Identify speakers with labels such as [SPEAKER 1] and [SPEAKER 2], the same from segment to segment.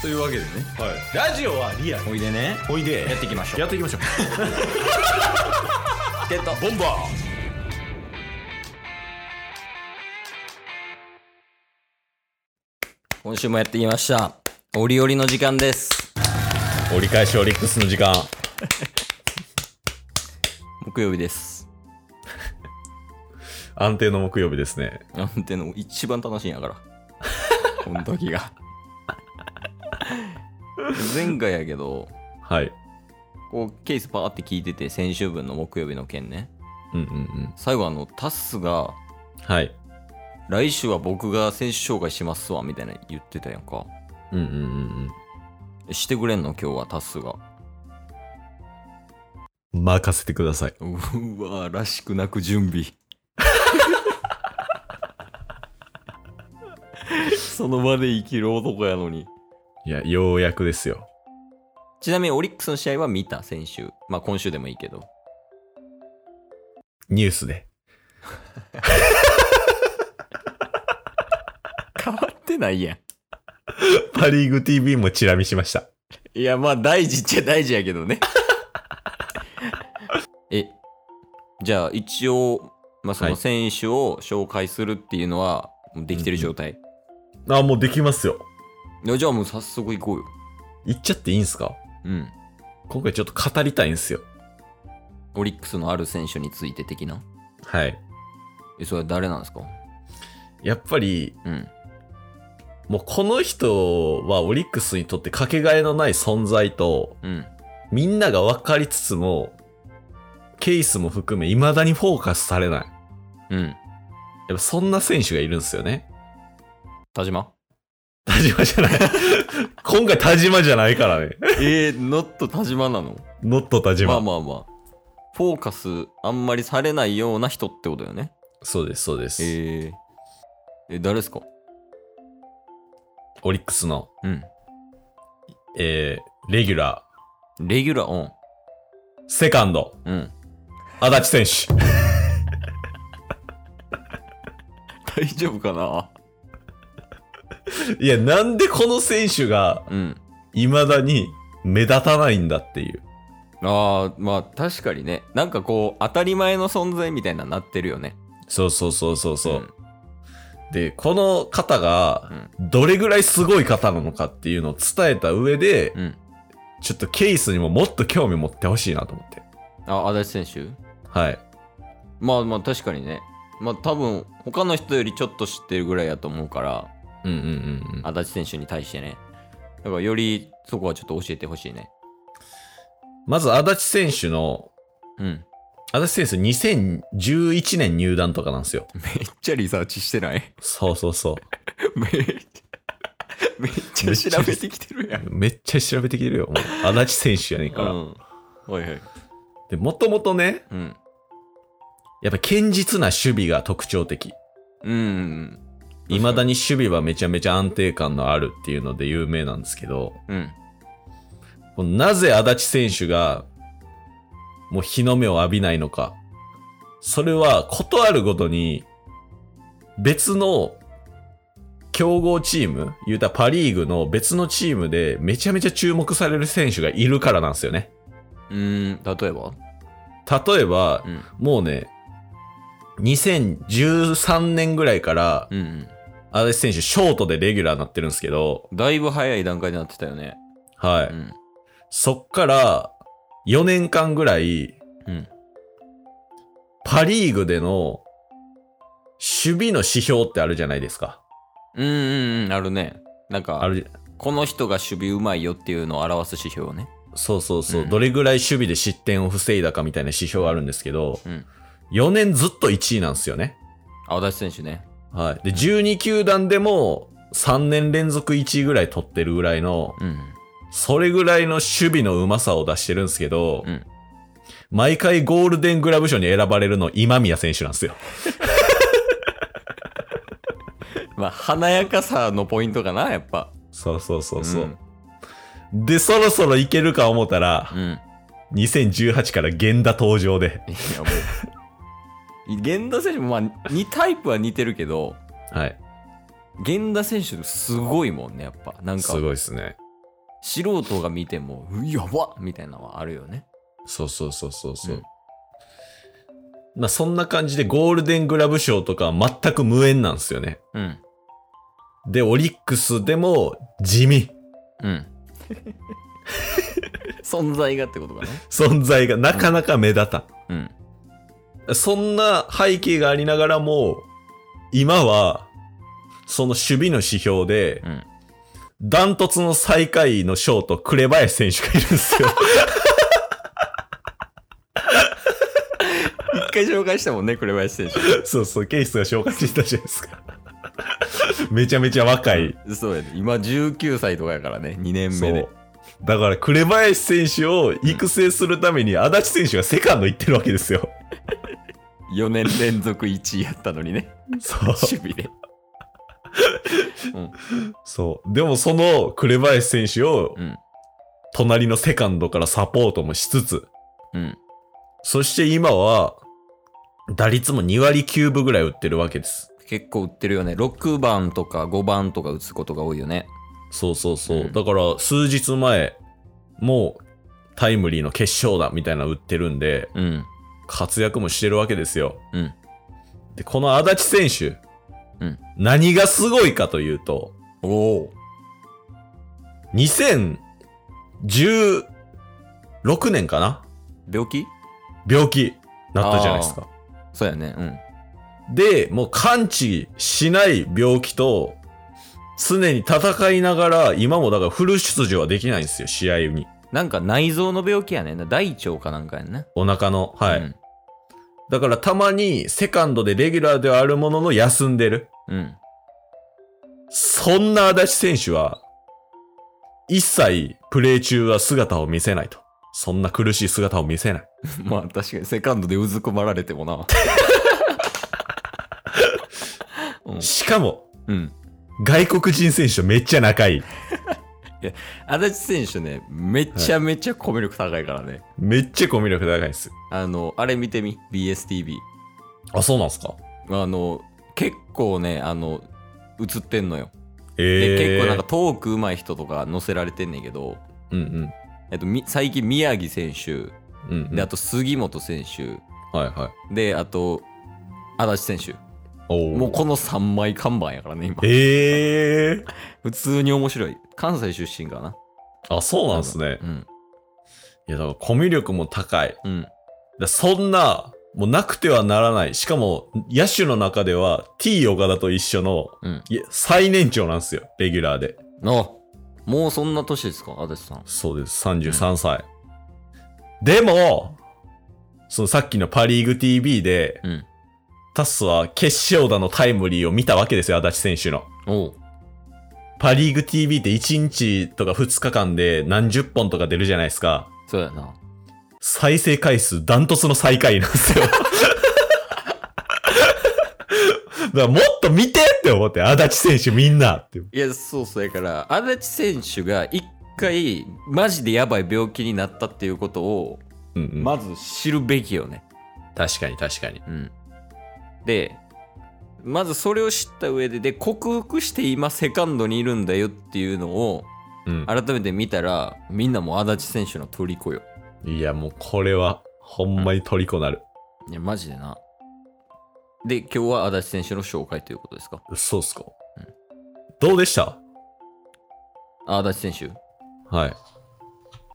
[SPEAKER 1] というわけでね
[SPEAKER 2] はい、ラジオはリアル
[SPEAKER 1] おいでね
[SPEAKER 2] おいで
[SPEAKER 1] やっていきましょう
[SPEAKER 2] やっていきましょう
[SPEAKER 1] ゲット
[SPEAKER 2] ボンバ
[SPEAKER 1] 今週もやってきました折々の時間です
[SPEAKER 2] ー折り返しオリックスの時間
[SPEAKER 1] 木曜日です
[SPEAKER 2] 安定の木曜日ですね
[SPEAKER 1] なんての一番楽しいんやから この時が前回やけど
[SPEAKER 2] はい
[SPEAKER 1] こうケースパーって聞いてて先週分の木曜日の件ね
[SPEAKER 2] うんうんうん
[SPEAKER 1] 最後あのタッスが
[SPEAKER 2] はい
[SPEAKER 1] 来週は僕が選手紹介しますわみたいな言ってたやんか
[SPEAKER 2] うんうんうん
[SPEAKER 1] してくれんの今日はタッスが
[SPEAKER 2] うん任せてくださいう
[SPEAKER 1] わらしくなく準備 その場で生きる男やのに
[SPEAKER 2] いやようやくですよ
[SPEAKER 1] ちなみにオリックスの試合は見た先週まあ今週でもいいけど
[SPEAKER 2] ニュースで
[SPEAKER 1] 変わってないや
[SPEAKER 2] パ・リーグ TV もチラ見しました
[SPEAKER 1] んいやまあ大事っちゃ大事やけど ねえじゃあ一応、まあ、そ
[SPEAKER 2] は
[SPEAKER 1] の
[SPEAKER 2] い
[SPEAKER 1] 選手を紹介するっていうのはもうできてる状態、
[SPEAKER 2] あもうできますよ
[SPEAKER 1] いやじゃあもう早速行こうよ
[SPEAKER 2] 言っちゃっていいんすか
[SPEAKER 1] うん
[SPEAKER 2] 今回ちょっと語りたいんすよ
[SPEAKER 1] オリックスのある選手について的な
[SPEAKER 2] はい
[SPEAKER 1] えそれは誰なんですか
[SPEAKER 2] やっぱり
[SPEAKER 1] うん
[SPEAKER 2] もうこの人はオリックスにとってかけがえのない存在と
[SPEAKER 1] うん
[SPEAKER 2] みんなが分かりつつもケースも含め未だにフォーカスされない
[SPEAKER 1] うん
[SPEAKER 2] やっぱそんな選手がいるんですよね
[SPEAKER 1] 田島
[SPEAKER 2] 田島じゃない 今回田島じゃないからね
[SPEAKER 1] えー、ノット田島なの
[SPEAKER 2] ノット田島、
[SPEAKER 1] まあまあまあフォーカスあんまりされないような人ってことよね
[SPEAKER 2] そうですそうです、
[SPEAKER 1] えー、え誰ですか
[SPEAKER 2] オリックスの、
[SPEAKER 1] うん
[SPEAKER 2] えー、レギュラ
[SPEAKER 1] レギュラーオン
[SPEAKER 2] ーセカンド
[SPEAKER 1] うん
[SPEAKER 2] 足立選手
[SPEAKER 1] 大丈夫かな い
[SPEAKER 2] やなんでこの選手が
[SPEAKER 1] うん
[SPEAKER 2] 未だに目立たないんだっていう
[SPEAKER 1] ああまあ確かにねなんかこう当たり前の存在みたいなのなってるよね
[SPEAKER 2] そうそうそうそうそう、で、この方が、どれぐらいすごい方なのかっていうのを伝えた上で、
[SPEAKER 1] うん、うん、
[SPEAKER 2] ちょっとケースにももっと興味持ってほしいなと思って。
[SPEAKER 1] あ足立選手
[SPEAKER 2] はい。
[SPEAKER 1] まあまあ確かにねまあ多分他の人よりちょっと知ってるぐらいやと思うから
[SPEAKER 2] うんうんうんうん。
[SPEAKER 1] 足立選手に対してねだからよりそこはちょっと教えてほしいね
[SPEAKER 2] まず、足立選手の、
[SPEAKER 1] うん
[SPEAKER 2] 足立選手2011年入団とかなんですよ。
[SPEAKER 1] めっちゃリサーチしてない
[SPEAKER 2] そうそうそ
[SPEAKER 1] めっちゃめっちゃ調べてきてるやん
[SPEAKER 2] う。めっちゃ調べてきてるよ。もう足立選手やねんから。
[SPEAKER 1] うんはいはい
[SPEAKER 2] で、もともとね、
[SPEAKER 1] うん
[SPEAKER 2] やっぱ堅実な守備が特徴的。
[SPEAKER 1] うん
[SPEAKER 2] 未だに守備はめちゃめちゃ安定感のあるっていうので有名なんですけど、
[SPEAKER 1] うん
[SPEAKER 2] このなぜ足立選手が、もう日の目を浴びないのか。それは、ことあるごとに、別の、強豪チーム、言うたらパリーグの別のチームでめちゃめちゃ注目される選手がいるからなんですよね。
[SPEAKER 1] うん例えば
[SPEAKER 2] 例えば
[SPEAKER 1] う、ん
[SPEAKER 2] もうね、2013年ぐらいから、
[SPEAKER 1] うんうん
[SPEAKER 2] 足立選手ショートでレギュラーになってるんですけど、
[SPEAKER 1] だいぶ早い段階になってたよね
[SPEAKER 2] は
[SPEAKER 1] う
[SPEAKER 2] い。
[SPEAKER 1] ん
[SPEAKER 2] そっから、4年間ぐらい、
[SPEAKER 1] うん
[SPEAKER 2] パリーグでの守備の指標ってあるじゃないですか。
[SPEAKER 1] うんうんうんあるねなん
[SPEAKER 2] あ
[SPEAKER 1] か
[SPEAKER 2] る
[SPEAKER 1] この人が守備うまいよっていうのを表す指標ね
[SPEAKER 2] そうそうそう、
[SPEAKER 1] うん
[SPEAKER 2] どれぐらい守備で失点を防いだかみたいな指標があるんですけど、
[SPEAKER 1] うん
[SPEAKER 2] 4年ずっと1位なんですよね。
[SPEAKER 1] 足立選手ね
[SPEAKER 2] はい。で、12球団でも3年連続1位ぐらい取ってるぐらいの、
[SPEAKER 1] うん
[SPEAKER 2] それぐらいの守備のうまさを出してるんですけど、
[SPEAKER 1] うん
[SPEAKER 2] 毎回ゴールデングラブ賞に選ばれるの今宮選手なんですよ。
[SPEAKER 1] まあ華やかさのポイントかなやっぱ
[SPEAKER 2] そうそうそうそう。で、そろそろいけるか思ったら、
[SPEAKER 1] うん、い
[SPEAKER 2] 2018から源田登場で。
[SPEAKER 1] やもう 源田選手もまあにタイプは似てるけど
[SPEAKER 2] はい。
[SPEAKER 1] 源田選手すごいもんねやっぱなんか
[SPEAKER 2] すごいですね。
[SPEAKER 1] 素人が見ても「うやばっ!」みたいなのはあるよね
[SPEAKER 2] そうそうそうそうそう。
[SPEAKER 1] うん
[SPEAKER 2] まあそんな感じでゴールデングラブ賞とかは全く無縁なんですよね。
[SPEAKER 1] うん
[SPEAKER 2] で、オリックスでも地味。
[SPEAKER 1] うん 存在がってことかな
[SPEAKER 2] 存在がなかなか目立たん。
[SPEAKER 1] うん
[SPEAKER 2] そんな背景がありながらも、今は、その守備の指標で
[SPEAKER 1] う、ん
[SPEAKER 2] ダントツの最下位のショート、紅林選手がいるんですよ。
[SPEAKER 1] 一回紹介したもんね紅林選手
[SPEAKER 2] そうそう、ケイスが紹介してたじゃないですか。 めちゃめちゃ若い。
[SPEAKER 1] そうやね今19歳とかやからね2年
[SPEAKER 2] そ
[SPEAKER 1] 目
[SPEAKER 2] う
[SPEAKER 1] で。
[SPEAKER 2] だから、紅林選手を育成するために、足立選手がセカンド行ってるわけですよ。
[SPEAKER 1] 4年連続1位やったのに ね
[SPEAKER 2] そう。
[SPEAKER 1] 守備で
[SPEAKER 2] そう。でも、その紅林選手を
[SPEAKER 1] うん、
[SPEAKER 2] 隣のセカンドからサポートもしつつ、
[SPEAKER 1] うん
[SPEAKER 2] そして今は、打率も2割9分ぐらい打ってるわけです。
[SPEAKER 1] 結構売ってるよね6番とか5番とか打つことが多いよね
[SPEAKER 2] そうそうそう。
[SPEAKER 1] うん
[SPEAKER 2] だから、数日前、もう、タイムリーの決勝だみたいなの打ってるんで、
[SPEAKER 1] うん
[SPEAKER 2] 活躍もしてるわけですよ。
[SPEAKER 1] うん
[SPEAKER 2] で、この足立選手、
[SPEAKER 1] うん
[SPEAKER 2] 何がすごいかというと、
[SPEAKER 1] おお
[SPEAKER 2] 2016年かな
[SPEAKER 1] 病気
[SPEAKER 2] 病気なったじゃないですか。
[SPEAKER 1] そうやねうん
[SPEAKER 2] で、もう完治しない病気と、常に戦いながら、今もだからフル出場はできないんですよ、試合に。
[SPEAKER 1] なんか内臓の病気やねん大腸かなんかやんな
[SPEAKER 2] お腹の。はい。
[SPEAKER 1] うん
[SPEAKER 2] だからたまに、セカンドでレギュラーではあるものの休んでる。
[SPEAKER 1] うん
[SPEAKER 2] そんな足立選手は、一切プレー中は姿を見せないと。そんな苦しい姿を見せない。
[SPEAKER 1] まあ確かにセカンドでうずくまられて もなうん
[SPEAKER 2] しかも、
[SPEAKER 1] うん
[SPEAKER 2] 外国人選手とめっちゃ仲いい。
[SPEAKER 1] 足立選手ねめちゃめちゃコミュ力高いからね、
[SPEAKER 2] めっちゃコミュ力高いんですよ。
[SPEAKER 1] あのあれ見てみ BSTV
[SPEAKER 2] あ、そうなんすか
[SPEAKER 1] あの結構ねあの映ってんのよ、
[SPEAKER 2] ええ
[SPEAKER 1] で
[SPEAKER 2] ー。
[SPEAKER 1] 結構なんかトーク上手い人とか載せられてんねんけど、
[SPEAKER 2] うんうん。
[SPEAKER 1] えっと、み最近宮城選手
[SPEAKER 2] うん、うん。
[SPEAKER 1] であと杉本選手
[SPEAKER 2] はいはい。
[SPEAKER 1] であと足立選
[SPEAKER 2] お
[SPEAKER 1] 手
[SPEAKER 2] お。
[SPEAKER 1] もうこの3枚看板やからね今
[SPEAKER 2] ええ
[SPEAKER 1] 普通に面白い関西出身かな
[SPEAKER 2] あ、そうなんですね
[SPEAKER 1] う。ん
[SPEAKER 2] いや、だからコミュ力も高い。だか
[SPEAKER 1] うん
[SPEAKER 2] らそんな、もうなくてはならない。しかも、野手の中では T 岡田と一緒の、
[SPEAKER 1] うん
[SPEAKER 2] いや最年長なんですよ。レギュラーで。
[SPEAKER 1] あもうそんな年ですか足立さん
[SPEAKER 2] そうです。33歳。でも、そのさっきのパリーグ TV で、
[SPEAKER 1] うん
[SPEAKER 2] タスは決勝打のタイムリーを見たわけですよ。足立選手の。
[SPEAKER 1] おう
[SPEAKER 2] パリーグ TV って1日とか2日間で何十本とか出るじゃないですか。
[SPEAKER 1] そうやな
[SPEAKER 2] 再生回数ダントツの最下位なんですよ。だからもっと見てって思って、足立選手みんなって。
[SPEAKER 1] いやそうそうやから足立選手が一回マジでやばい病気になったっていうことを
[SPEAKER 2] うんうん
[SPEAKER 1] まず知るべきよね、
[SPEAKER 2] 確かに確かに。
[SPEAKER 1] うん、でまずそれを知った上でで克服して今セカンドにいるんだよっていうのを
[SPEAKER 2] うん
[SPEAKER 1] 改めて見たらみんなもう足立選手の虜よ
[SPEAKER 2] いや、もうこれは、ほんまに虜なる。
[SPEAKER 1] いやマジでなで今日は足立選手の紹介ということですか
[SPEAKER 2] そうっすか
[SPEAKER 1] うん。
[SPEAKER 2] どうでした
[SPEAKER 1] あ足立選手
[SPEAKER 2] はい。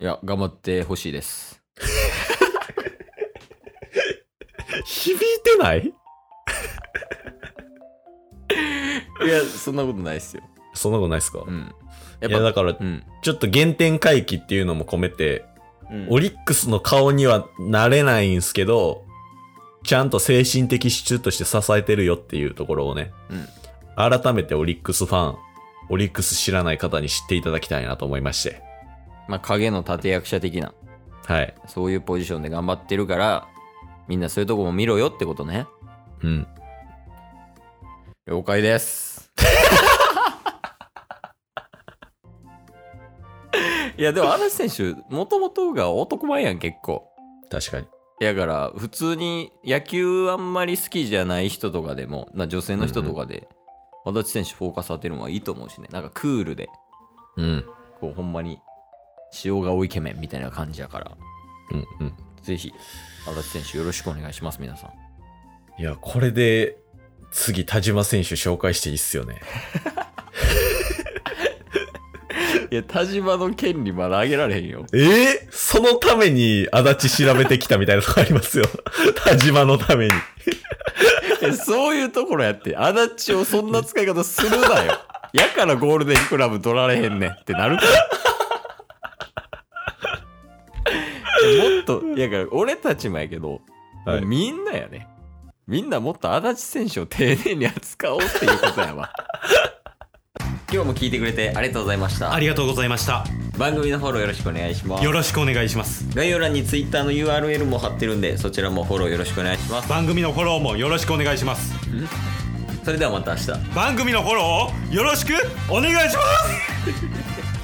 [SPEAKER 1] いや頑張ってほしいです
[SPEAKER 2] 響いてない
[SPEAKER 1] いやそんなことないですよ
[SPEAKER 2] そんなことないっすか、
[SPEAKER 1] うんやっ
[SPEAKER 2] いや、
[SPEAKER 1] ぱ
[SPEAKER 2] だから、
[SPEAKER 1] うん、
[SPEAKER 2] ちょっと原点回帰っていうのも込めて、
[SPEAKER 1] うん
[SPEAKER 2] オリックスの顔にはなれないんすけど、ちゃんと精神的支柱として支えてるよっていうところをね、
[SPEAKER 1] うん
[SPEAKER 2] 改めてオリックスファン、オリックス知らない方に知っていただきたいなと思いまして、
[SPEAKER 1] まあ、影の立役者的な
[SPEAKER 2] はい。
[SPEAKER 1] そういうポジションで頑張ってるからみんなそういうとこも見ろよってことね
[SPEAKER 2] うん。
[SPEAKER 1] 了解 です。いやでも足立選手もともとが男前やん結構
[SPEAKER 2] 確かに。
[SPEAKER 1] やから普通に野球あんまり好きじゃない人とかでもな女性の人とかで、足立選手フォーカス当てるのはいいと思うしねなんかクールで
[SPEAKER 2] うん。
[SPEAKER 1] こうほんまに塩顔イケメンみたいな感じやから、
[SPEAKER 2] うんうん。
[SPEAKER 1] ぜひ、足立選手よろしくお願いします、皆さん。
[SPEAKER 2] いや、これで、次、田島選手紹介していいっすよね。
[SPEAKER 1] いや、田島の権利まだあげられへんよ。
[SPEAKER 2] えーそのために、足立調べてきたみたいなとこあり ますよ。田島のために。
[SPEAKER 1] そういうところやって、足立をそんな使い方するなよ。 やからゴールデンクラブ取られへんねんってなる から。もっと、いやだから俺たちもやけど、
[SPEAKER 2] はい
[SPEAKER 1] もうみんなやね。みんなもっと足立選手を丁寧に扱おうっていうことやわ。 今日も聞いてくれてありがとうございました
[SPEAKER 3] あ。りがとうございました
[SPEAKER 1] 番組のフォローよろしくお願いします
[SPEAKER 3] よ。ろしくお願いします
[SPEAKER 1] 概要欄に Twitter の URL も貼ってるんで、そちらもフォローよろしくお願いします。
[SPEAKER 3] 番組のフォローもよろしくお願いします
[SPEAKER 1] それではまた明日。
[SPEAKER 3] 番組のフォローをよろしくお願いします